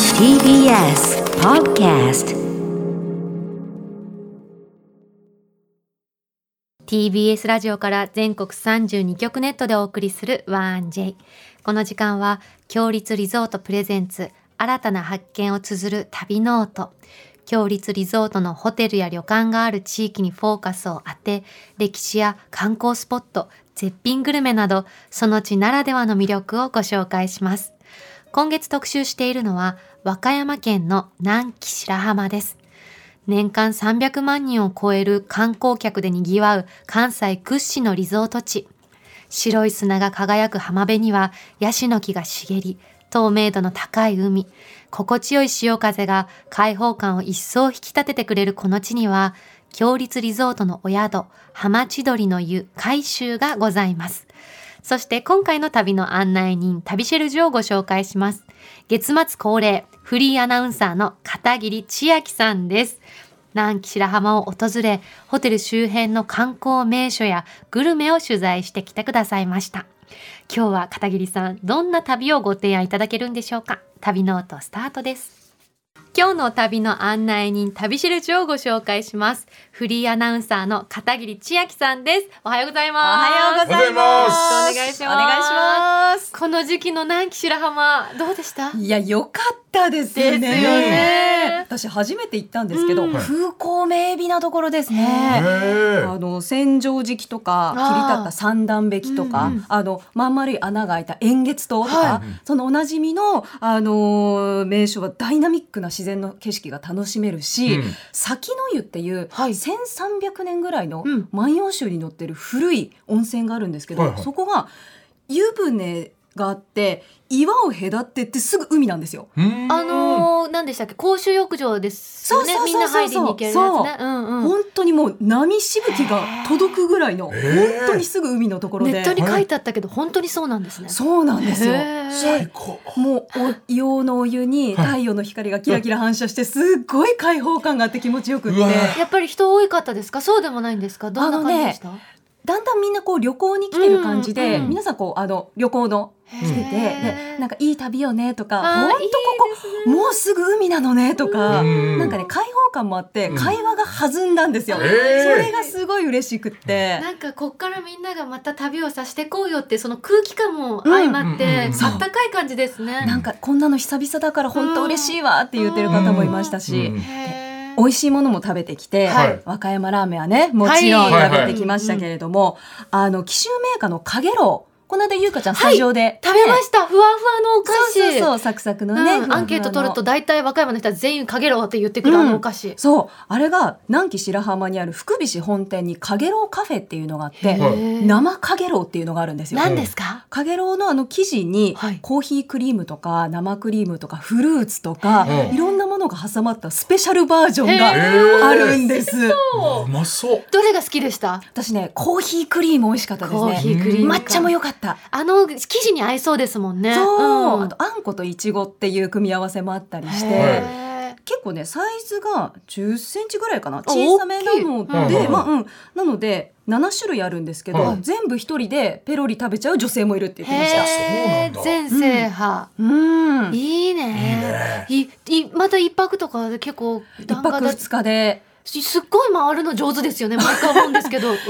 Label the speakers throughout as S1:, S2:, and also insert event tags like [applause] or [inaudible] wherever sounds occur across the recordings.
S1: TBS Podcast
S2: TBS ラジオから全国32局ネットでお送りする 1J この時間は強立リゾートプレゼンツ新たな発見を綴る旅ノート強立リゾートのホテルや旅館がある地域にフォーカスを当て歴史や観光スポット絶品グルメなどその地ならではの魅力をご紹介します今月特集しているのは和歌山県の南紀白浜です年間300万人を超える観光客で賑わう関西屈指のリゾート地。白い砂が輝く浜辺にはヤシの木が茂り、透明度の高い海、心地よい潮風が開放感を一層引き立ててくれるこの地には、強立リゾートのお宿、浜千鳥の湯、海舟がございます。そして今回の旅の案内人、旅シェルジュをご紹介します。月末恒例、フリーアナウンサーの片桐千秋さんです。南紀白浜を訪れ、ホテル周辺の観光名所やグルメを取材してきてくださいました。今日は片桐さん、どんな旅をご提案いただけるんでしょうか旅ノートスタートです。今日の旅の案内人、旅しるじをご紹介します。フリーアナウンサーの片桐千秋さんです。おはようござい
S3: お
S2: ます。
S3: はようございます。
S2: お願いします
S3: お願いします。
S2: この時期の南紀白浜、どうでした
S3: いや、良かったですね。
S2: ですよね
S3: 私初めて行ったんですけど、
S2: うん
S3: 風光明媚なところですね。
S4: へ
S3: あの千畳敷とか
S2: あー
S3: 切り立った三段壁とか、
S2: うんうん
S3: あのまん丸い穴が開いた円月塔とか、
S2: は
S3: そのおなじみのあのー名所はダイナミックな自然の景色が楽しめるし、
S4: うん
S3: 先の湯っていう、
S2: はい
S3: 1300年ぐらいの
S2: うん
S3: 万葉集に載ってる古い温泉があるんですけど、
S4: はいはい
S3: そこが湯船があって岩を隔てってすぐ海なんですよ。
S4: うん
S2: あのー、何でしたっけ公衆浴場ですよね
S3: そうそうそうそう
S2: みんな入りに行けるやつねうんうん
S3: 本当にもう波しぶきが届くぐらいの、
S4: へー
S3: 本当にすぐ海のところで。
S2: ネットに書いてあったけど本当にそうなんですね
S3: そうなんですよ。
S2: へー
S4: 最高。
S3: もうお硫黄のお湯に
S4: はい
S3: 太陽の光がキラキラ反射してすっごい開放感があって気持ちよくって
S4: うわ
S2: やっぱり人多い方ですかそうでもないんですかどんな感じでした、
S3: だんだんみんなこう旅行に来てる感じで、
S4: うんうん
S3: 皆さんこうあの旅行の来てて、
S2: へー
S3: でなんかいい旅よねとか
S2: あー
S3: 本当ここもうすぐ海なのねとか、
S4: うん
S3: なんかね開放感もあって
S4: うん
S3: 会話が弾んだんですよ、
S4: へ
S3: そ
S4: ー
S3: れがすごい嬉しくって、
S2: なんかこっからみんながまた旅をさしてこうよってその空気感も相まって、
S4: うんうんうん
S2: あったかい感じですね、
S3: なんかこんなの久々だから本当嬉しいわって言ってる方もいましたし、
S4: うん
S2: へー
S3: 美味しいものも食べてきて、
S4: はい
S3: 和歌山ラーメンはねもちろん
S4: はい
S3: 食べてきましたけれども、あの紀州銘菓のかげろうこの間優香ちゃんスタジオで、
S2: 食べました、ふわふわのお菓子
S3: そうそうそうサクサクのね、ふわ
S2: う
S3: ふわ
S2: ん
S3: の
S2: アンケート取ると大体和歌山の人は全員かげろうって言ってくるあのお菓子、
S3: そうあれが南紀白浜にある福菱本店にかげろうカフェっていうのがあって
S4: はい
S2: へー
S3: 生かげろうっていうのがあるんですよ
S2: 何ですか、
S3: かげろうのあの生地に
S2: はい
S3: コーヒークリームとか生クリームとかフルーツとか、
S4: うん
S3: いろんなものが挟まったスペシャルバージョン
S2: へ
S4: ー
S3: があるんです、
S4: うまそう。
S2: どれが好きでした
S3: 私ねコーヒークリーム美味しかったですね
S2: コーヒークリームか
S3: 抹茶も良かった
S2: あの生地に合いそうですもんね。
S3: そう、
S2: ん
S3: あとあんこといちごっていう組み合わせもあったりし
S4: へ
S3: て
S4: ー
S3: 結構ねサイズが1 0センチぐらいかな
S2: 大きい
S3: 小さめなの
S4: うんうん
S3: で、
S4: うん
S3: まあうん、なので7種類あるんですけど、
S4: はい
S3: 全部一人でペロリ食べちゃう女性もいるって言ってました。
S2: へ
S4: そうなん
S2: ー
S4: だ
S2: 全制覇、
S3: うん一
S2: いいね
S4: いいね
S2: いいまた一泊とかで結構弾
S3: 泊
S2: 丸だ
S3: 二日です
S2: っごい回るの上手ですよね毎回思うんです
S4: [laughs]
S2: けど
S3: なんか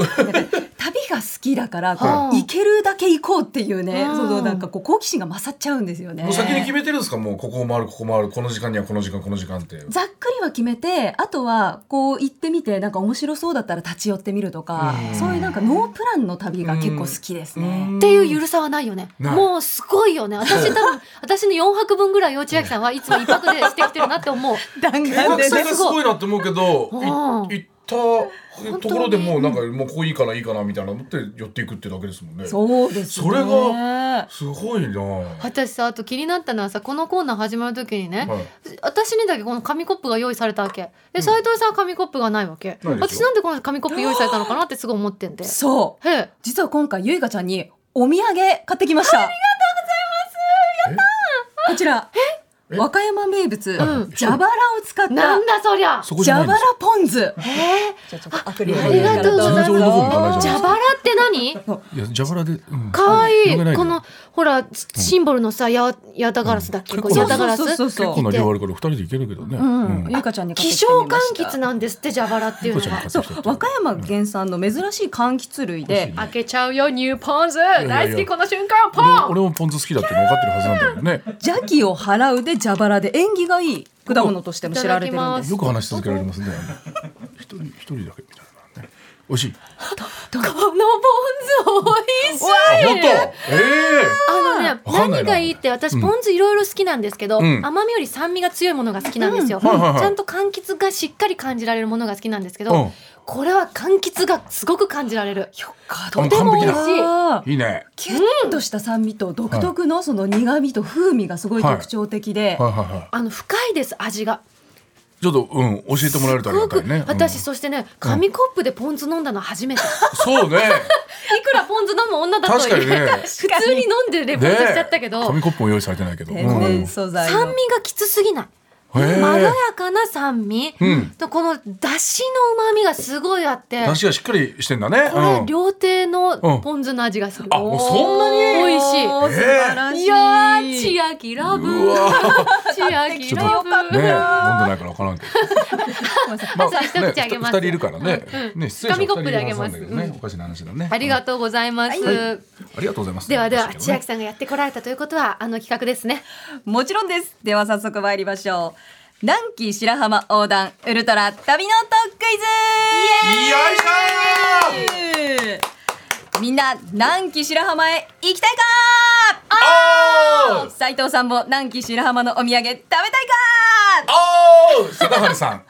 S3: 旅が好きだからこう
S2: はあ
S3: 行けるだけ行こうっていうね
S2: うん
S3: そのなんかこう好奇心が勝っちゃうんですよね
S4: もう先に決めてるんですか。もうここを回る、ここ回る、この時間にはこの時間、この時間って。
S3: ざっくりは決めてあとはこう行ってみてなんか面白そうだったら立ち寄ってみるとか
S4: うん
S3: そういうなんかノープランの旅が結構好きですね。
S2: っていうゆるさはないよね
S4: ない
S2: もうすごいよね私多分私の4泊分ぐらい幼稚園さんはいつも一泊でしてきてるなって思う
S3: 弾
S4: 計画
S5: [laughs]
S3: 丸
S4: 性
S3: で
S4: が
S3: ね
S4: すごいなって思うけど、
S2: うん
S4: い行ったところでもうなんかもうここいいからいいかなみたいなのって寄っていくってだけですもんね。
S3: そうですね。
S4: それがすごいな。
S2: 私さあと気になったのはさこのコーナー始まる時にね、
S4: はい
S2: 私にだけこの紙コップが用意されたわけで斉藤さんは紙コップがないわけ、
S4: ないでしょ
S2: 私なんでこの紙コップ用意されたのかなってすごい思ってんで
S3: そう
S2: へえ
S3: 実は今回ゆいかちゃんにお土産買ってきました。ありがとうございます。やったー。こちら
S4: え
S3: 和歌山名物、
S2: うん
S3: 蛇腹を使った
S2: なんだそりゃ
S5: そこじゃな
S3: 蛇
S5: いんです
S3: 腹ポン酢。
S2: えー、
S6: じゃあちょっとアプリ
S2: ありがとうござい
S5: 全然驚くことない
S2: ます
S5: じゃ
S2: 蛇
S5: ない
S2: 腹って何
S5: いや蛇腹で、うん、
S2: かわい
S5: よくないい
S2: このほらシンボルのさやヤタガラスだっけ
S5: うん
S2: これヤタガラス
S3: そうそうそう
S5: こ
S3: そ
S5: んな量あるから二人でいけるけどね、
S3: う。うん、
S5: うん
S3: ゆいかちゃんに買
S2: 希
S3: ってきて
S2: 少
S3: みま
S2: 柑
S3: した
S2: 橘なんですって蛇腹っていうのが
S5: そう
S3: そう和歌山原産の珍しい柑橘類で、
S2: 開けちゃうよニューポン酢
S5: いや
S2: 大好きこの瞬間ポン
S5: 俺もポン酢好きだっての分かってるはずなんだけどね
S3: 邪気を払うで蛇腹で縁起がいい果物としても知られてるんです。
S5: よく話し続けられますね一人一人だけみたいなね美味しい
S2: このポン酢美味しい
S5: あ本当え
S2: あのね
S5: わかんな
S2: 何
S5: いな
S2: がいいって私
S5: うん
S2: ポン酢いろいろ好きなんですけど、
S5: うん
S2: 甘みより酸味が強いものが好きなんですよ、
S5: うんはいはいはい
S2: ちゃんと柑橘がしっかり感じられるものが好きなんですけど、
S5: うん
S2: これは柑橘がすごく感じられる
S5: え
S2: とても美
S5: 完
S2: 味しい
S3: あー
S5: 璧だいいね
S3: キュッとした酸味と独特のその苦味と風味がすごい特徴的で、
S5: はいはいはい
S2: あの深いです味が
S5: ちょっとうん教えてもらえるとありがたいね
S2: すごく私、
S5: うん
S2: そしてね紙コップでポン酢飲んだの初め
S5: [laughs]
S2: て、
S5: そう
S2: [laughs]
S5: ね
S2: いくらポン酢飲む女だと
S5: 確かにね
S2: 普通に飲んでレポ
S5: ね
S2: ートしちゃったけど、
S5: 紙コップも用意されてないけど
S3: 天
S5: うん
S3: 然素材の、
S2: 酸味がきつすぎないまろ
S5: へえ
S2: やかな酸味、
S5: うん
S2: とこのだしの旨味がすごいあって
S5: 出汁がしっかりしてんだね
S2: これ
S5: うん
S2: 料亭のポン酢の味がする、
S5: あもうそんなに
S2: 美味しい
S3: おー素晴らしい。
S2: いやー千秋ラブ
S5: うわ
S2: [laughs] 千秋ラブ
S5: ね飲んでないから分から
S2: [laughs]
S5: んけどま
S2: じゃあ一口あげます
S5: ね、二人いるからね。ね、失礼
S2: 紙コップであげます
S5: 二人いるからね、おかしな話だね。
S2: ありがとうございます、
S5: ありがとうございます。
S2: ではでは
S5: 確かにね
S2: 千秋さんがやってこられたということはあの企画ですね
S3: もちろんです。では早速参りましょう。南紀白浜横断ウルトラ旅の特クイズイエーイみんな南紀白浜へ行きたいか斉藤さんも南紀白浜のお土産食べたいか
S4: おー坂原さん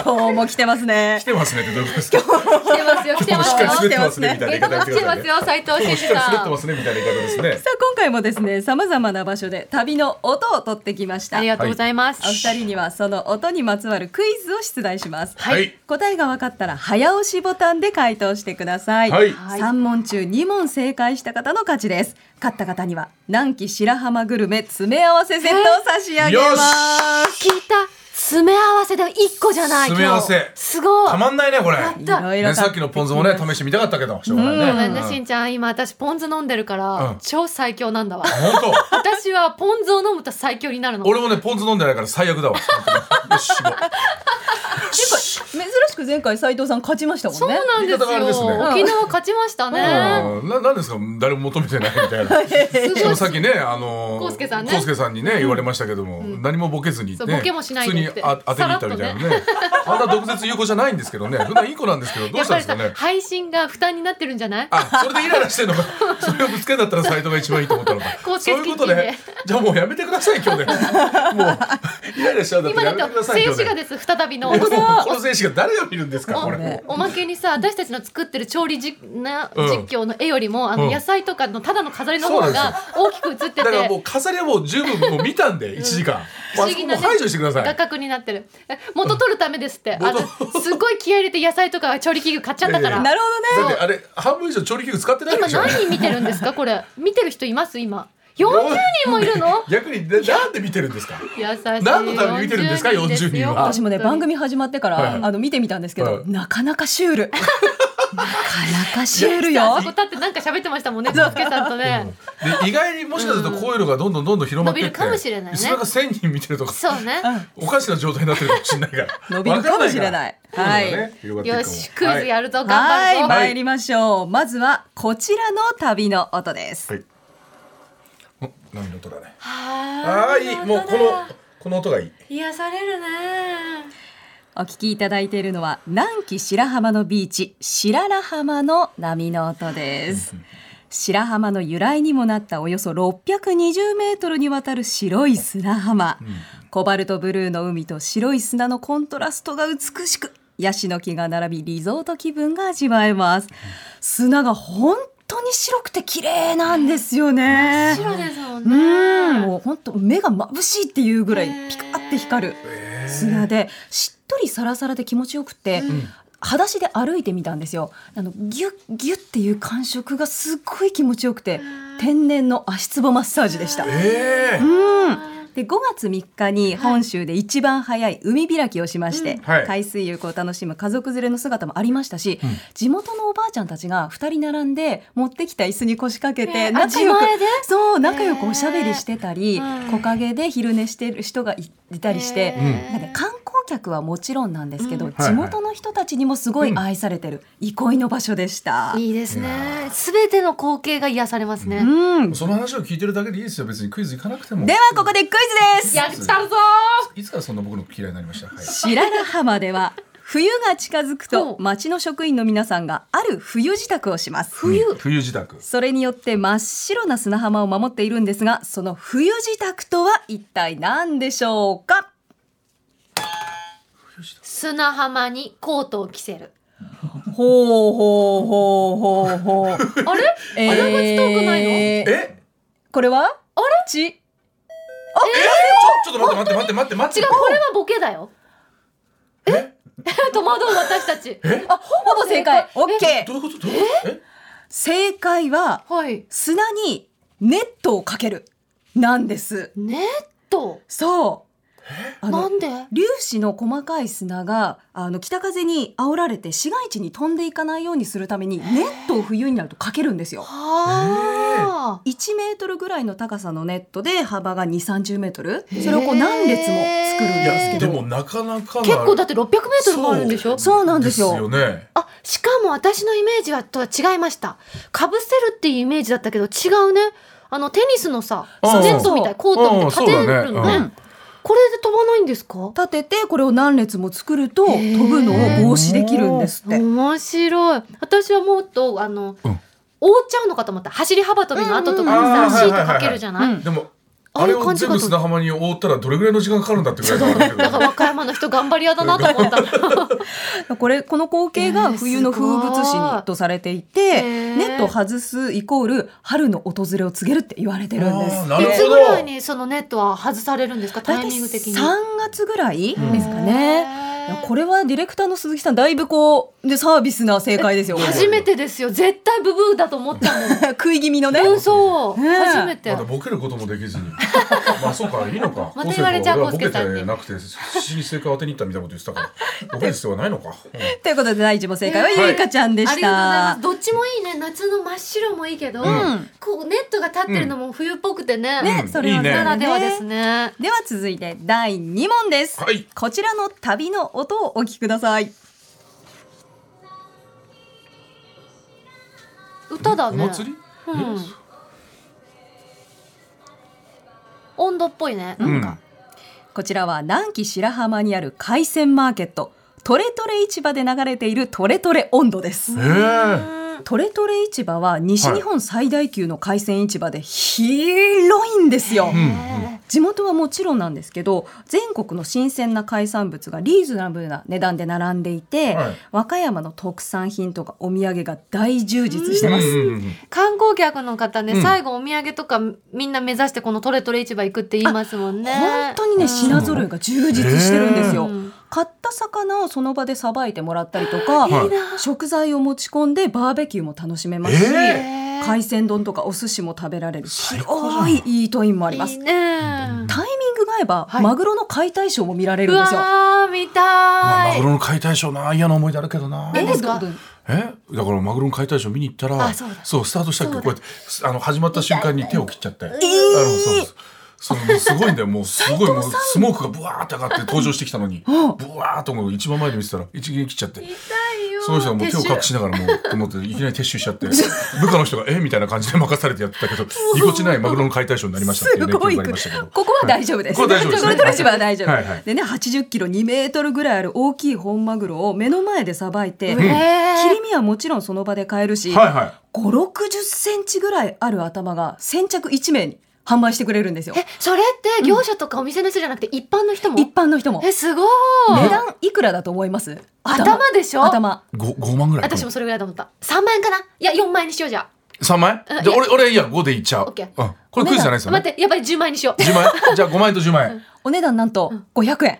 S3: 今日も来てますね
S4: 来。てますねってどういうことですか
S2: 来てますよ来てます
S5: [laughs]
S4: しっか
S2: よ
S4: り滑ってますねみたい
S2: ゲ
S4: な
S2: ート
S4: 言い
S2: も
S4: 方
S2: 来
S4: してくださいね
S2: てますよ斉藤
S4: もう
S2: 慎
S4: しっ
S2: 二
S4: かり滑っ
S2: さ
S4: て
S2: ん
S4: ますねみたいな言い方ですね
S3: さあ今回もですね、様々な場所で旅の音を取ってきました。
S2: ありがとうございます、
S3: お二人にはその音にまつわるクイズを出題します。
S2: はい
S3: 答えが分かったら早押しボタンで回答してください。
S4: はい
S2: はい
S3: 3問中2問正解した方の勝ちです。勝った方には南紀白浜グルメ詰め合わせセットを差し上げ
S4: よ
S3: ます。
S2: 聞いた詰め合わせで一個じゃない
S4: 詰め合わせ
S2: 今日すごい
S4: たまんないねこれ
S2: やった
S3: いろいろ
S4: ねさっきのポン酢もね試してみたかったけどしょうがないね
S2: ごめんねしんちゃん今私ポン酢飲んでるから、
S4: うん
S2: 超最強なんだわ [laughs]
S4: 本当
S2: 私はポン酢を飲むと最強になるの
S4: 俺もねポン酢飲んでないから最悪だわよし行こう
S3: 珍しく前回斉藤さん勝ちましたもんね。
S2: そうなんで
S4: 言い
S2: す
S4: 方があれ
S2: よ
S4: ですね
S2: 沖縄勝ちましたね
S4: うんななんですか誰も求めてないみたいな
S2: す
S4: しか
S2: ごい
S4: もさっきね、あのー、
S2: 康介さんね
S4: 康介さんにね、言われましたけども、何もボケずに、ね、
S2: そうボケもしない
S4: 普通
S2: で
S4: に
S2: って
S4: あ当てに行ったみたいなね。あんな毒舌言う子じゃないんですけどね、普段いい子なんですけど、どう
S2: [laughs] や
S4: し
S2: った
S4: んで
S2: ぱり
S4: すか
S2: さ、
S4: ね。
S2: 配信が負担になってるんじゃない
S4: あ、それでイライラして
S2: [laughs]
S4: るのか、それをぶつけんだったら、斎藤が一番いいと思ったのか。
S2: 康
S4: そ
S2: 介
S4: うい
S2: 好
S4: う
S2: き
S4: ことで、じゃあもうやめてください、今日で。もう、イライラしちゃうんだった
S2: 今
S4: ら、や
S2: だ
S4: めてく
S2: と
S4: ださい、
S2: 静
S4: 今日
S2: 止画
S4: で。
S2: です再びの
S4: いやもうこの選手が誰を見るんですか、これ。もう
S2: おおまけにさ私たちの作ってる調理じな
S4: うん
S2: 実況の絵よりも、あ
S4: う
S2: の
S4: ん
S2: 野菜とかのただの飾りの方
S4: そうなん
S2: が大きく映ってて
S4: だからもう飾りはもう十分もう見たんで1時間、
S2: 不
S4: もう
S2: 思
S4: あそ
S2: 議
S4: こ
S2: な
S4: も
S2: ね
S4: 排除してください
S2: 画角になってるえ元取るためですってあのすごい気合い入れて野菜とか調理器具買っちゃったから
S4: いやい
S3: なるほどね。
S4: だってあれ半分以上調理器具使ってない
S2: 今
S4: でしょ
S2: 何人見てるんですかこれ見てる人います今40人もいるの
S4: 逆にななんで見てるんですか [laughs]
S2: 優しい40
S4: 何のために見てるんですか40人は
S3: 私もね番組始まってから、
S4: はい
S3: あの見てみたんですけど、
S4: はい
S3: なかなかシュ
S4: [laughs]
S3: ール。なかなかシュールよ。
S2: あそこ立ってなんか喋ってましたもんねゾウスケさんとね
S4: で意外にもしかするとこういうのがどんどんどんどん広まってって
S2: 伸びるかもしれないね
S4: それが1000人見てるとか
S2: そうね
S4: おかしな状態になってるかもしれないから
S2: [laughs]
S3: 伸びるかもしれない
S4: わからないから
S3: はい
S4: そういうのがね広がっていくかも
S2: よしクイズやるぞ頑
S3: は
S2: 張
S3: い、
S2: るぞ
S3: 参りましょう。まずはこちらの旅の音です。
S4: はいはいお波の音だねあ
S2: は
S4: あーいいもうこのこの音がいい
S2: 癒されるね
S3: お聞きいただいているのは南紀白浜のビーチ白良浜の波の音です。白浜の由来にもなったおよそ620メートルにわたる白い砂浜、コバルトブルーの海と白い砂のコントラストが美しくヤシの木が並びリゾート気分が味わえます砂が本当に白くて綺麗なんですよね
S2: 白ですもん
S3: う
S2: ね
S3: ん、もう本当目が眩しいっていうぐらい
S2: へー
S3: ピカって光る砂で、しっとりサラサラで気持ちよくて、裸足で歩いてみたんですよ。あのギュッギュッっていう感触がすっごい気持ちよくて、天然の足つぼマッサージでした。
S4: ええ
S3: うん。で5月3日に本州で一番早い海開きをしまして、
S4: はい
S3: 海水浴を楽しむ家族連れの姿もありましたし、地元のおばあちゃんたちが2人並んで持ってきた椅子に腰掛け
S2: え
S3: て
S2: ー
S3: 仲良
S2: あ
S3: く、
S2: 自前で
S3: そう仲良くおしゃべりしてたり、
S2: えー
S3: 木陰で昼寝してる人がいいたりして、
S2: えー
S3: なんかね観光客はもちろんなんですけど、
S2: うん
S3: 地元の人たちにもすごい愛されてる憩いの場所でした。
S2: いいですね。すべての光景が癒されますね。
S3: うん、
S4: その話を聞いてるだけでいいですよ別にクイズ行かなくても
S3: ではここでクイズです
S2: やったるぞ
S4: いつからそんな僕のこと嫌いになりました、はい、
S3: 白良浜では冬が近づく
S2: ほ
S3: と
S2: う
S3: 町の職員の皆さんがある冬支度をします
S2: 冬、
S4: 冬自宅
S3: それによって真っ白な砂浜を守っているんですがその冬支度とは一体何でしょうか
S2: 砂浜にコートを着せる。
S3: ほうほうほうほうほう
S2: あれ
S3: え
S2: あながち遠くないの
S3: え
S4: え
S3: これはあれち
S4: ちょっと待って待って待って待って
S5: [laughs]
S2: 違う、これはボケだよ。え [laughs] 戸惑う私たち。
S3: あほぼ正解オッケー
S4: どういうことどういうことえ
S3: 正解は
S2: はい。
S3: 砂にネットをかけるなんです
S2: ネット。
S3: そうあの
S2: なんで
S3: 粒子の細かい砂があの北風に煽られて市街地に飛んでいかないようにするためにネットを冬になるとかけるんですよ。
S2: はあ。
S3: 1メートルぐらいの高さのネットで幅が2、30メートル。それをこう何列も作るん
S4: い
S3: です
S4: や
S3: け
S4: で
S3: ど。
S4: もなかなかな
S2: 結構だって600メートルもあるんでしょ
S3: そうなんですよ
S4: よね
S2: あ、しかも私のイメージはとは違いました。かぶせるっていうイメージだったけど違うね。あのテニスのさ、ネ
S4: うん
S2: ットみたいコートみたいに立てる
S4: うんそう
S2: の
S4: だねう
S2: ね
S4: ん。
S2: これで飛ばないんですか？
S3: 立ててこれを何列も作る
S2: へ
S3: と飛
S2: ー
S3: ぶのを防止できるんですって。
S2: 面白い。私はもっとあの、
S5: うん
S2: 覆っちゃうのかと思った。走り幅跳びの後とか
S4: うんうんうん
S2: にさ、シートかけるじゃない？
S3: うん
S4: でも
S2: あ
S4: あ
S2: れ
S4: れ
S2: を
S4: を全部砂浜に覆ったらどれぐらいの時間かかるんだってぐらいだから
S2: なんか和歌山の人頑張り屋だなと思った。
S3: これこの光景が冬の風物詩にとされていて、
S2: へー
S3: ネットを外すイコール春の訪れを告げるって言われてるんですって
S4: あーなるほど
S2: いつぐらいにそのネットは外されるんですか？タイミング的に。
S3: 3月ぐらいですかね。いや
S2: ね
S3: これはディレクターの鈴木さんだいぶこうでサービスな正解ですよ。これ
S2: 初めてですよ。絶対ブブーだと
S4: [laughs]
S2: 思ったもん。
S3: 食い気味のね。
S2: うん、そう、
S3: ねえ
S2: 初めて
S4: まだ。ボケることもできずにまあそうかいいのか
S2: [laughs] また言われちゃう
S4: 昴生君は俺はボケ
S2: 昴生さんに
S4: てなくて不思議正解を当てにいったみたいなこと言ってた
S2: [laughs]
S4: からボケる必要はないのか、うん
S3: ということで第一問正解はゆいかちゃんで
S2: あ
S3: し
S2: りがとうございま
S3: た
S2: す。。どっちもいいね。夏の真っ白もいいけど、
S3: ん
S2: こうネットが立ってるのも冬っぽくてね。
S4: ね
S3: それはね
S4: いいね
S2: ならではですね。
S3: では続いて第二問です。
S4: はい
S3: こちらの旅の音をお聞きください。
S2: 歌だ
S4: お
S2: ね。
S4: 祭り、
S2: うん。温度っぽいね。なんか。
S3: こちらは南紀白浜にある海鮮マーケットトレトレ市場で流れているトレトレ温度です。
S4: ええー
S3: トレトレ市場は西日本最大級の海鮮市場で広いんですよ。
S2: ね
S3: 地元はもちろんなんですけど全国の新鮮な海産物がリーズナブルな値段で並んでいて、
S4: はい
S3: 和歌山の特産品とかお土産が大充実してます。
S4: うんうんうん
S2: 観光客の方ね、
S4: うん
S2: 最後お土産とかみんな目指してこのトレトレ市場行くって言いますもんね。
S3: 本当にね品揃えが充実してるんですよ、
S2: うん
S3: 買った魚をその場でさばいてもらったりとか、
S4: いい
S3: 食材を持ち込んでバーベキューも楽しめますし、
S2: えー
S3: 海鮮丼とかお寿司も食べられる
S4: 最高じゃん
S3: 広いイートインもあります
S2: いいね。
S3: タイミングが合えば、
S2: はい
S3: マグロの解体ショーも見られ
S2: う
S3: るんですよ
S2: わー、見
S5: ま
S2: た
S5: あマ
S2: い
S5: グ。ロの解体ショーな嫌な思い出あるけどな
S2: 何ですか
S5: えだからマグロの解体ショー見に行った
S2: あ
S5: ら
S2: そうだ
S5: スタートしたっけこうやってすあの始まった瞬間に手を切っちゃって、あのそうそうそうもうすごいんだよもうすごいもうスモークがブワーって上がって登場してきたのにブワーっともう一番前で見てたら一撃切っちゃってその人はもう手を隠しながらもうと思っていきなり撤収しちゃって部下の人が「えみたいな感じで任されてやってたけ
S2: [laughs]
S5: どぎこちないマグロの解体ショーになりましたってい
S3: す
S5: うね記
S3: ご
S5: 憶
S3: い
S5: がありましたけど
S3: ここは大丈夫です。
S5: ここは大丈夫ですね
S3: トレトレ市場は大丈夫。
S5: はいはい
S3: でね、80キロ、2メートルぐらいある大きい本マグロを目の前でさばいて、
S2: え
S3: 切
S2: ー
S3: り身はもちろんその場で買えるし、
S5: はいはい
S3: 5、60センチぐらいある頭が先着1名に販売してくれるんですよ。
S2: え、それって業者とかお店の人じゃなくて一般の人も、
S3: 一般の人も。
S2: え、すごい
S3: 値段いくらだと思います
S2: 頭でしょ
S3: 頭。
S5: 5, 5万ぐらい
S2: 私もそれぐらいだと思った。3万円かないや、4万円にしようじゃ
S5: 3万
S2: うん
S5: 円じゃ
S2: いや
S5: あ俺俺いいや5でいっちゃ
S2: オッ
S5: う、
S2: ケー
S5: うん、これクイズじゃないです
S2: あ。
S5: よね
S2: 待って、やっぱり10万円にしよう。
S5: 10万円じゃあ5万円と10万円。ずっ
S3: お値段なんと500円。
S5: こ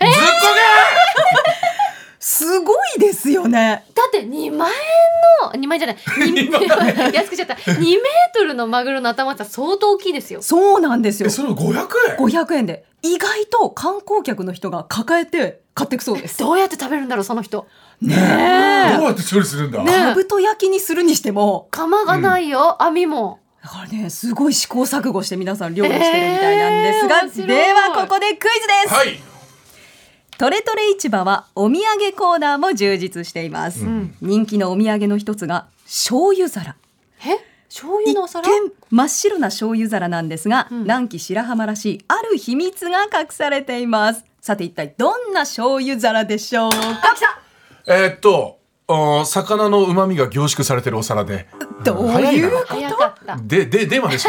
S3: すごいですよね。
S2: だって2万円のの2枚じゃない2 [laughs] 安くしちゃった2メートルのマグロの頭って相当大きいですよ
S3: そうなんですよ
S5: えそれを500円
S3: 500円で意外と観光客の人が抱えて買ってくそうです
S2: どうやって食べるんだろうその人
S3: ね
S5: ど
S3: え
S5: うやって処理するんだ、
S2: ね
S3: かぶと焼きにするにしても
S2: 釜がないよ、網も
S3: だからねすごい試行錯誤して皆さん料理してるみたいなんですが、
S2: えー面
S3: で
S2: 白い
S3: はここでクイズです、
S5: はい
S3: トレトレ市場はお土産コーナーも充実しています、
S2: ん
S3: 人気のお土産の一つが醤油皿
S2: え醤油
S3: 一
S2: の
S3: 見
S2: お皿
S3: 真っ白な醤油皿なんですが、
S2: うん
S3: 南紀白浜らしいある秘密が隠されていますさて一体どんな醤油皿でしょうか
S5: えーっとあー魚の旨味が凝縮されてるお皿で
S3: どう
S5: 早い
S3: い
S5: な
S3: うこと違い
S2: 早かった
S5: でででまでして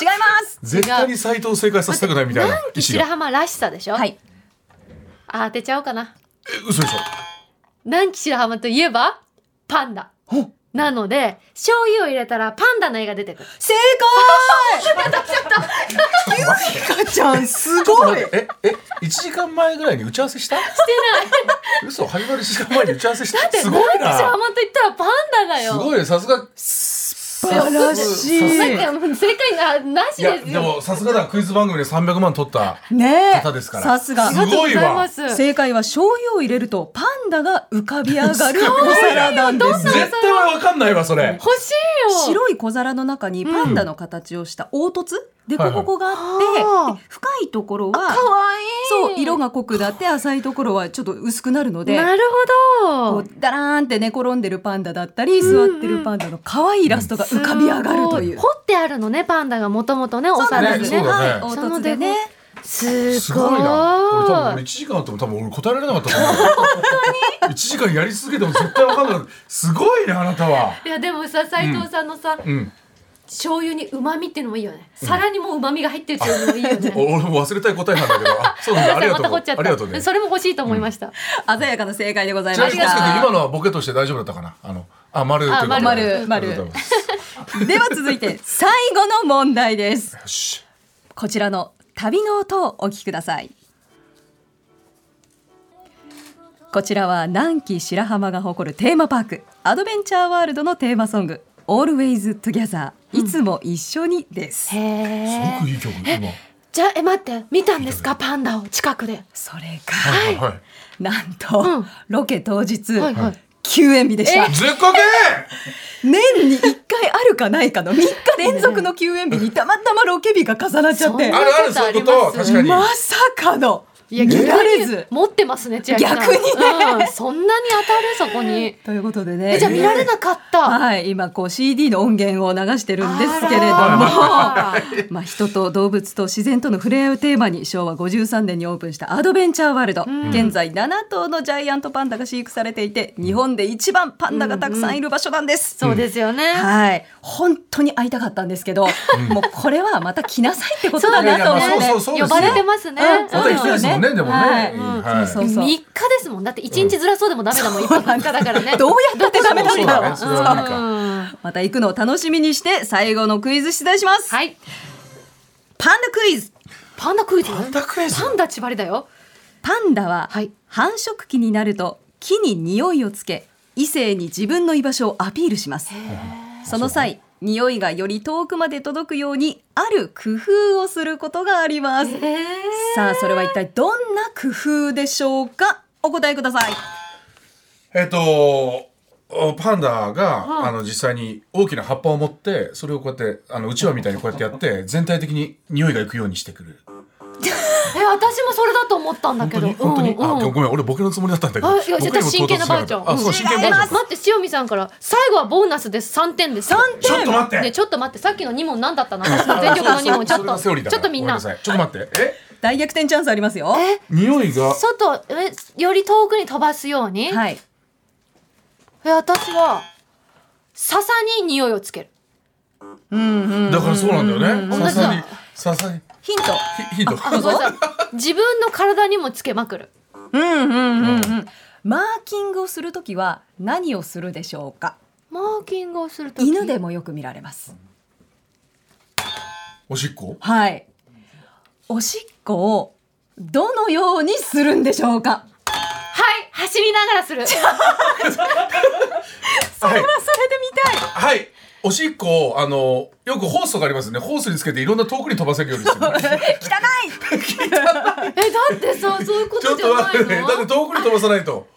S3: ます
S5: 絶対に斎藤を正解させたくないみたいな
S2: 南紀
S5: 意志
S2: 白
S5: が
S2: 浜らしさでしょ、
S3: はい
S2: あ当てちゃおうかな
S5: え嘘でしょ
S2: 南紀白浜といえばパンダ
S3: ほ
S2: なので醤油を入れたらパンダの絵が出てくる
S3: 正解ゆいかちゃんす
S5: ちょっと
S3: ごい
S5: 待ってええ一時間前ぐらいに打ち合わせしたしてない嘘始まる一時間前に打ち合わせした
S2: で
S5: すごい
S2: 南紀白
S5: な
S2: 浜といったらパンダだ
S5: す
S2: よ
S5: ごいねさすが
S3: 素晴らしい
S5: さす
S2: なんかもう正解ななし
S5: いや
S2: です
S5: で
S2: よ
S5: もさすがだクイズ番組で300万取った
S3: ねえ
S5: 方ですから
S3: さすが
S5: すごい
S2: ありがとうございます
S3: 正解は醤油を入れるとパンダが浮かび上がるお皿なんで
S5: 絶
S3: す
S5: 対俺分かんないわそれ
S2: 欲しいよ
S3: 白い小皿の中にパンダの形をした凹凸、でこ
S5: はいはい
S3: ここがあって、
S2: あー
S3: で深いところは
S2: かわいい
S3: そう色が濃くなって浅いところはちょっと薄くなるので
S2: なる
S3: こ
S2: ほど
S3: うダラーンって寝転んでるパンダだったり座ってるパンダの可愛いイラストが浮かび上がるとい
S2: す
S3: う。
S2: ご掘ってあるのねパンダがもともとねお
S3: そうな
S2: 皿
S3: んで
S2: に
S3: す
S5: そ
S3: ね。
S5: うだね
S3: はい、凹凸でね。
S2: す
S5: す
S2: ご
S5: ごいな俺多分俺
S2: い
S5: 1時間あっても多分俺答えられなかったと思う1時間やり続けても絶対分かんなかったすごいねあなたはい
S2: やでもさ斉藤さんのさ、
S5: うん
S2: 醤油に旨味っていうのもいいよね皿にも旨味が入ってるっていうのもいいよね、
S5: お俺も忘れたい答えなんだけどあそ
S2: [laughs]
S5: うなんだありが
S2: ま
S5: と
S2: た
S5: う
S2: 掘っちゃ
S5: あ
S2: った
S5: りがとうね
S2: それも欲しいと思いました、
S3: 鮮やかな正解でござい
S5: ちな
S3: ま
S5: み
S3: し
S5: にですけど
S3: た。
S5: 今のはボケとして大丈夫だったかなあのあ丸ということ
S2: あ
S5: で
S3: 丸丸
S5: ありがとうございます
S3: では続いて最後の問題です。
S5: よし
S3: こちらの旅の音をお聞きくださいこちらは南紀白浜が誇るテーマパークアドベンチャーワールドのテーマソング Always Together いつも一緒にです、
S2: へえ
S5: すごくいい曲今は
S2: じゃあえ待って見たんですかパンダを近くで
S3: それが、
S5: いはいはい
S3: なんと、
S2: うん
S3: ロケ当日、
S2: はいはい
S3: 休園日でした
S5: 絶好形
S3: 年に1回あるかないかの3日連続の休園日にたまたまロケ日が重なっちゃって
S2: そ
S5: あるあるそういうこと
S2: そ
S5: 確
S2: ん
S5: かに
S3: まさかの
S2: いや
S3: 見
S2: 逆
S3: られ
S2: に
S3: ず
S2: 持ってますね千秋さん
S3: 逆に
S2: う
S3: ね
S2: ん [laughs] そんなに当たるそこに
S3: ということでね
S2: えじゃあ見られなかった
S3: はい、今こう CD の音源を流してるんですけれども、
S2: あ
S3: [laughs] まあ人と動物と自然との触れ合いをテーマに昭和53年にオープンしたアドベンチャーワールド、現在7頭のジャイアントパンダが飼育されていて日本で一番パンダがたくさんいる場所なんです。
S2: そうですよね
S3: はい、本当に会いたかったんですけど、もうこれはまた来なさいってこと
S2: そう
S3: だなと
S2: だ
S3: 思って
S5: いやいやまあ
S2: ね
S5: そうそうそうですよ
S2: 呼ばれてますね
S3: うん
S5: ま
S3: そう
S5: た
S3: で
S5: 行き
S3: す
S5: たい
S3: よ
S5: ですもんね、でもね。
S3: はい
S5: はい
S3: そうそう
S2: 三日ですもんだって一日ずらそうでもダメだもん、一泊三日だからね
S3: どうやってダメだっ
S5: そう
S3: た
S5: だ
S3: の
S5: ね、それは無理か。
S2: うん
S3: また行くのを楽しみにして最後のクイズ出題します、
S2: はい
S3: パンダクイズ
S2: パンダクイズ
S5: パンダクイズ
S2: パンダ千張りだよ
S3: パンダは
S2: はい
S3: 繁殖期になると木に匂いをつけ異性に自分の居場所をアピールしますその際匂いがより遠くまで届くようにある工夫をすることがあります
S2: えー、
S3: さあそれは一体どんな工夫でしょうかお答えください
S5: えっと、パンダ
S2: は
S5: が、
S2: い
S5: あの、実際に大きな葉っぱを持って、それをこうやって、あの、うちわみたいにこうやってやって、全体的に匂いがいくようにしてくる。
S2: え私もそれだと思ったんだ
S5: 本
S2: け
S5: 当
S2: ど
S5: に本当に
S2: うんうん
S5: あ、ごめん、俺ボケのつもりだったんだけど。
S2: あいや絶対真剣なバージョン
S5: あ、そう、
S2: ん
S5: 真剣バージ
S2: え
S5: ョンか。
S2: 待って塩見さんから最後はボーナスです3点です
S3: 3
S5: ちょっと待って
S2: ね、ちょっと待ってさっきの2問何だったの私の全力の2問ちょっ
S5: それがセオリー
S2: と
S5: だ
S2: ち
S5: か
S2: ょっ
S5: ら
S2: とみんな
S5: ごめさいちょっと待って。え
S3: 大逆転チャンスありますよ
S2: え
S5: 匂いが、
S2: 外えより遠くに飛ばすように、
S3: はい
S2: え私は笹に匂いをつける
S3: うんうん
S5: だからそうなんだよ
S2: 同
S5: ね。さ
S2: じだ
S5: さに、ささに、
S3: ヒント
S5: ひひどい。
S2: ごめんなさい自分の体にもつけまくる
S3: うんうんうんうんマーキングをするときは何をするでしょうか
S2: マーキングをするとき
S3: 犬でもよく見られます
S5: おしっこ
S3: はい。おしっこをどのようにするんでしょうか。
S2: はい走りながらする。
S3: そ
S5: はい
S3: れで見たい
S5: はい。おしっこを、あの、よくホースとかありますよね。ホースにつけていろんな遠くに飛ばせるようにしてる。
S3: [laughs]
S2: え、だってさ、そういうこ
S5: ちょ
S2: と
S5: っ
S2: じゃ
S5: と
S2: な
S5: 待
S2: い
S5: ってね。だっ
S2: の。
S5: て遠くに飛ばさないと。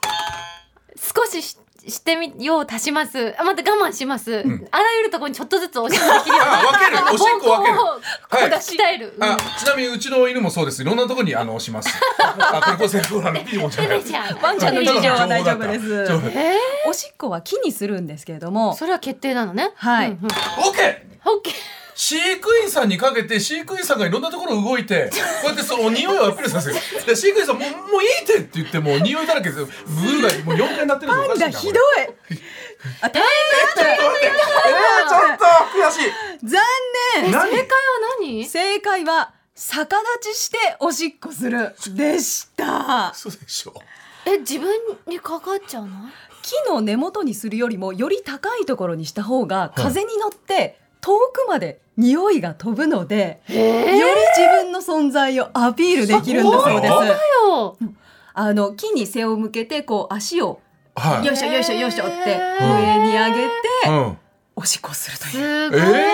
S2: 少しししてみよう足します。あ、また我慢します。あらゆるところにちょっとずつおしっこできるように。
S5: あ、分ける
S2: あ。の
S5: おしっこ分け
S2: 膀
S5: る。
S2: 胱を
S5: はい
S2: 鍛える。
S5: あ、ちなみにうちの犬もそうです。いろんなとこにあの押します。あ、これこそセフラのピーモンじゃない。
S2: じゃん。
S3: ワンちゃんの事情は大丈夫です
S5: 情報だった
S2: え
S3: おしっこは木にするんですけれども
S2: ー、それは決定なのね。
S3: はい
S2: うんうん
S5: オッケー。
S2: オッケー。
S5: 飼育員さんにかけて飼育員さんがいろんなところ動いてこうやってその匂いをアピールさせるで飼育員さんもうもういいってって言ってもう匂いだらけですよブーがもう4回なってるのお
S3: パ
S5: か
S3: ン
S5: しい
S3: ダ
S5: な
S3: ひどい
S5: これ
S3: あ大
S5: ちょっと待ってえーちょっと悔し
S3: 変残
S5: い
S3: 念
S5: 何
S2: 正解は何？
S3: 正解は逆立ちしておしっこするでした
S5: そうでしょ
S2: え、自分にかかっちゃうの？
S3: 木の根元にするよりもより高いところにした方が風に乗って遠くまで匂いが飛ぶので、
S2: え
S3: より自分の存在をアピールできるんだそうです
S5: すごい
S2: よ。
S3: あの木に背を向けてこう足を
S5: はい、
S3: よいしょよいしょよいしょって
S2: へー
S3: 上に上げて
S5: うん、
S3: おしっこするという
S2: す
S5: え
S2: ごい。
S5: え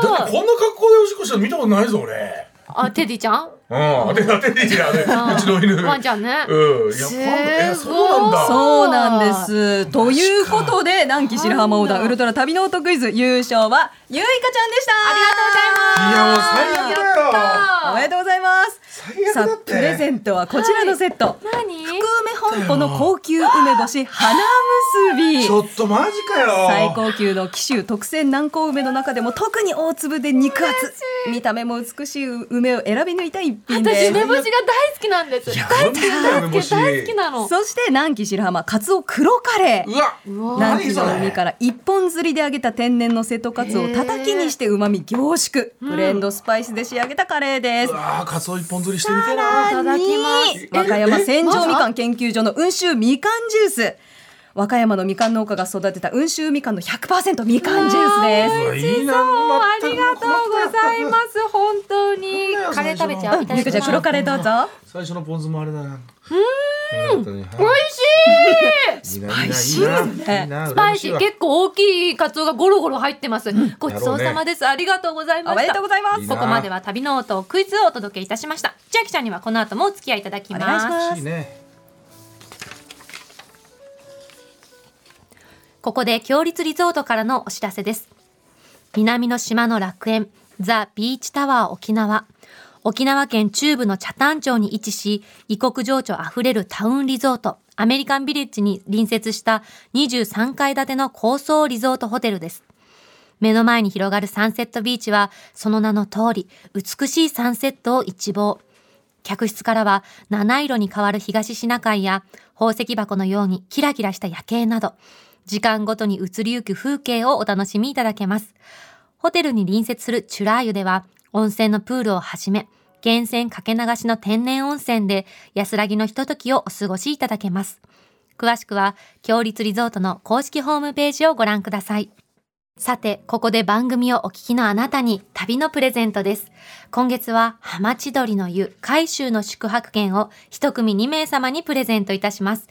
S5: ー、だってこんな格好でおしっこしたの見たことないぞ俺
S2: あ、テディちゃん？
S5: うん当て当てていいやね
S2: あー
S5: うちの犬
S2: ワンちゃんね。
S5: うんいや
S2: す
S5: パ
S2: ご
S5: ン
S2: い
S5: ダえそうなんだ
S3: そうなんです。ということで、南紀白浜オーダーウルトラ旅ノートクイズ優勝はゆいかちゃんでした。
S5: いやもう最悪だよ
S3: おめでとうございます。
S5: 最悪
S3: さ
S5: だ
S3: あ
S5: っ、
S3: プ
S5: て
S3: レゼントはこちらのセット。
S2: 何？
S3: 福梅本舗の高級梅干し花結
S5: ち
S3: び。
S5: ょっとマジかよ
S3: 最高級の紀州特選南高梅の中でも特に大粒で肉厚見た目も美しい梅を選び抜いた一品です
S2: 私梅干しが大好きなんです。
S5: いや
S2: 大好き
S5: 本当に梅干し
S2: 大好きなの。
S3: そして南紀白浜カツオ黒カレー
S5: う
S2: う
S5: わ
S2: わ
S3: 南紀
S5: 何それ
S3: の海から一本釣りで揚げた天然の瀬戸カツオをたたきにしてうまみ凝縮ブレンドスパイスで仕上げたカレーです
S5: う。わーカツオ一本釣りしてみたい
S2: い
S5: な
S2: ただきます
S3: 和歌山千条みかん研究所の温州みかんジュース。和歌山のみかん農家が育てた温州みかんの100%みかんジュースです。
S5: うわいいな
S2: もうあ
S5: 全
S2: り
S5: く
S2: がとうございます。本当に
S5: なんだよ
S2: カレー食べちゃ
S5: そ
S2: うんい
S5: な
S2: ただ
S5: の
S3: ゆう
S2: き
S3: かちゃ
S2: ま
S3: ん
S2: す。
S3: 黒カレーどうぞ。
S5: 最初のポン酢もあれだなうん
S2: 美
S5: い
S2: 味しい。
S5: スパ
S3: イシーですね
S5: ス
S2: スパイシー結構大きいカツオがゴロゴロ入ってます。ごちそうさまです。ありがとうございま
S3: お
S2: した。
S3: めでとうございます
S5: いい。な
S2: ここまでは旅ノートクイズをお届けいたしました。千秋ちゃんにはこの後もお付き合いいただき
S3: お
S2: ま
S3: 願いし
S2: す。
S3: ま
S5: いい
S3: す。
S5: ね
S2: ここで強立リゾートからのお知らせです。南の島の楽園、ザ・ビーチタワー沖縄。沖縄県中部の北谷町に位置し、異国情緒あふれるタウンリゾート、アメリカンビレッジに隣接した23階建ての高層リゾートホテルです。目の前に広がるサンセットビーチは、その名の通り、美しいサンセットを一望。客室からは七色に変わる東シナ海や宝石箱のようにキラキラした夜景など、時間ごとに移りゆく風景をお楽しみいただけます。ホテルに隣接するチュラー湯では、温泉のプールをはじめ、源泉かけ流しの天然温泉で安らぎのひとときをお過ごしいただけます。詳しくは、強立リゾートの公式ホームページをご覧ください。さて、ここで番組をお聞きのあなたに旅のプレゼントです。今月は、浜千鳥の湯、海州の宿泊券を一組2名様にプレゼントいたします。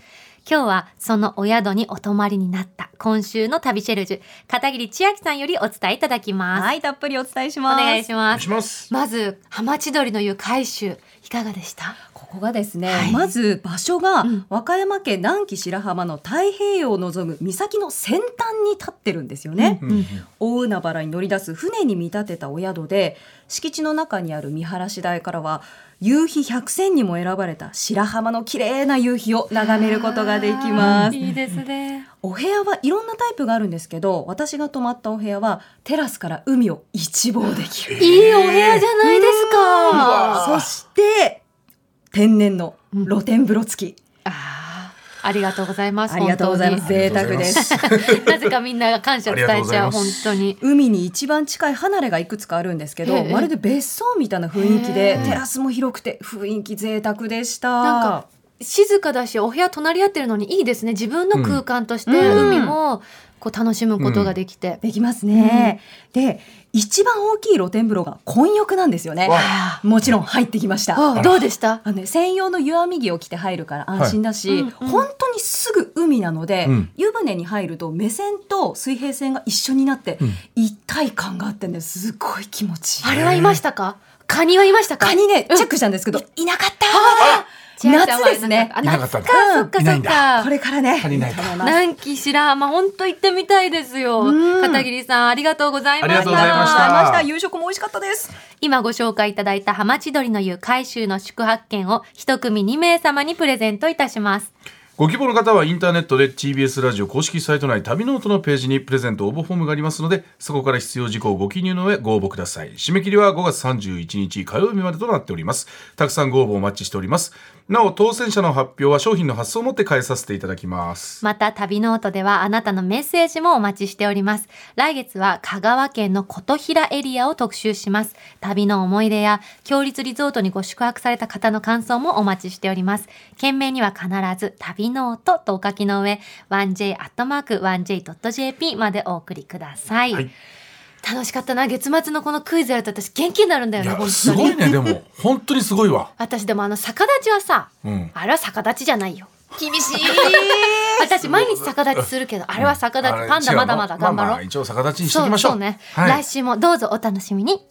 S2: 今日は、そのお宿にお泊まりになった今週の旅シェルジュ、片桐千秋さんよりお伝えいただきます。
S3: はい、たっぷりお伝えし
S2: お
S3: ます。
S2: 願いしま
S5: お願い
S2: す
S5: し。ます
S2: まず、浜千鳥の湯、海州、いかがでした
S3: ここがですね、
S2: はい
S3: まず場所が
S2: ん
S3: 和歌山県南紀白浜の太平洋を望む岬の先端に立ってるんですよね。
S5: うん
S3: 大海原に乗り出す船に見立てたお宿で敷地の中にある見晴らし台からは夕日百選にも選ばれた白浜の綺麗な夕日を眺めることができます
S2: いいですね。
S3: お部屋はいろんなタイプがあるんですけど私が泊まったお部屋はテラスから海を一望できる
S2: いいお部屋じゃないですか。
S3: そして天然の露天風呂付き、
S2: あーありがとうございます。
S3: ありがとうございます
S5: 本
S3: 贅
S5: 当に
S3: 沢です
S2: 本当になぜかみんなが感謝を伝えちゃう、
S5: ありがとうございま
S2: 本
S5: す
S2: 当に。
S3: 海に一番近い離れがいくつかあるんですけど、
S2: ええ
S3: まるで別荘みたいな雰囲気で
S2: ええ
S3: テラスも広くて雰囲気贅沢でした
S2: なんか静かだし、お部屋隣り合ってるのにいいですね。自分の空間として、
S3: うん
S2: 海もこう楽しむことができて、
S3: できますね、で一番大きい露天風呂が混浴なんですよね
S5: わ
S3: もちろん入ってきました
S2: ああどうでした
S3: あのね、専用の湯あみ着を着て入るから安心だし、
S2: はいうんうん
S3: 本当にすぐ海なので、
S5: うん
S3: 湯船に入ると目線と水平線が一緒になって、一体感があってねすごい気持ちいい。
S2: あれはいましたかカニはいましたか
S3: カニねチェックしたんですけど、いなかった夏ですね
S2: あ
S5: いなかっ
S2: 夏
S5: た
S2: か
S5: んだ
S2: そっか
S5: いな
S2: そっ
S5: いんだ
S2: か
S3: これからね
S5: 足りないか
S3: 頼みます
S2: 南紀白浜本当行ってみたいですよ
S3: うん
S2: 片桐さんありがとうございました
S5: ありがとうございまし
S3: あり
S5: た
S3: がとうございました夕食も美味しかったです
S2: 今ご紹介いただいた浜千鳥の湯海州の宿泊券を一組2名様にプレゼントいたします
S5: ご希望の方はインターネットで TBS ラジオ公式サイト内旅ノートのページにプレゼント応募フォームがありますのでそこから必要事項をご記入の上ご応募ください締め切りは5月31日火曜日までとなっておりますたくさんご応募お待ちしておりますなお当選者の発表は商品の発送をもって返させていただきます
S2: また旅ノートではあなたのメッセージもお待ちしております来月は香川県の琴平エリアを特集します旅の思い出や強立リゾートにご宿泊された方の感想もお待ちしております件名には必ず旅ノートとお書きの上 1j.1j.jp までお送りください、
S5: はい
S2: 楽しかったな月末のこのクイズやると私元気になるんだよ
S5: い
S2: ね本当
S5: や
S2: に
S5: すごいねでも本当にすご
S2: [laughs]
S5: いわ
S2: 私でもあの逆立ちはさ、
S5: うん
S2: あれは逆立ちじゃないよ厳しい [laughs] 私毎日逆立ちするけどあれは逆立ち、
S5: あれ
S2: パンダ
S5: 違うの
S2: まだまだ頑張ろう、
S5: ああ一応逆立ちにしていきましょう
S2: そうそうね、
S5: はい
S2: 来週もどうぞお楽しみに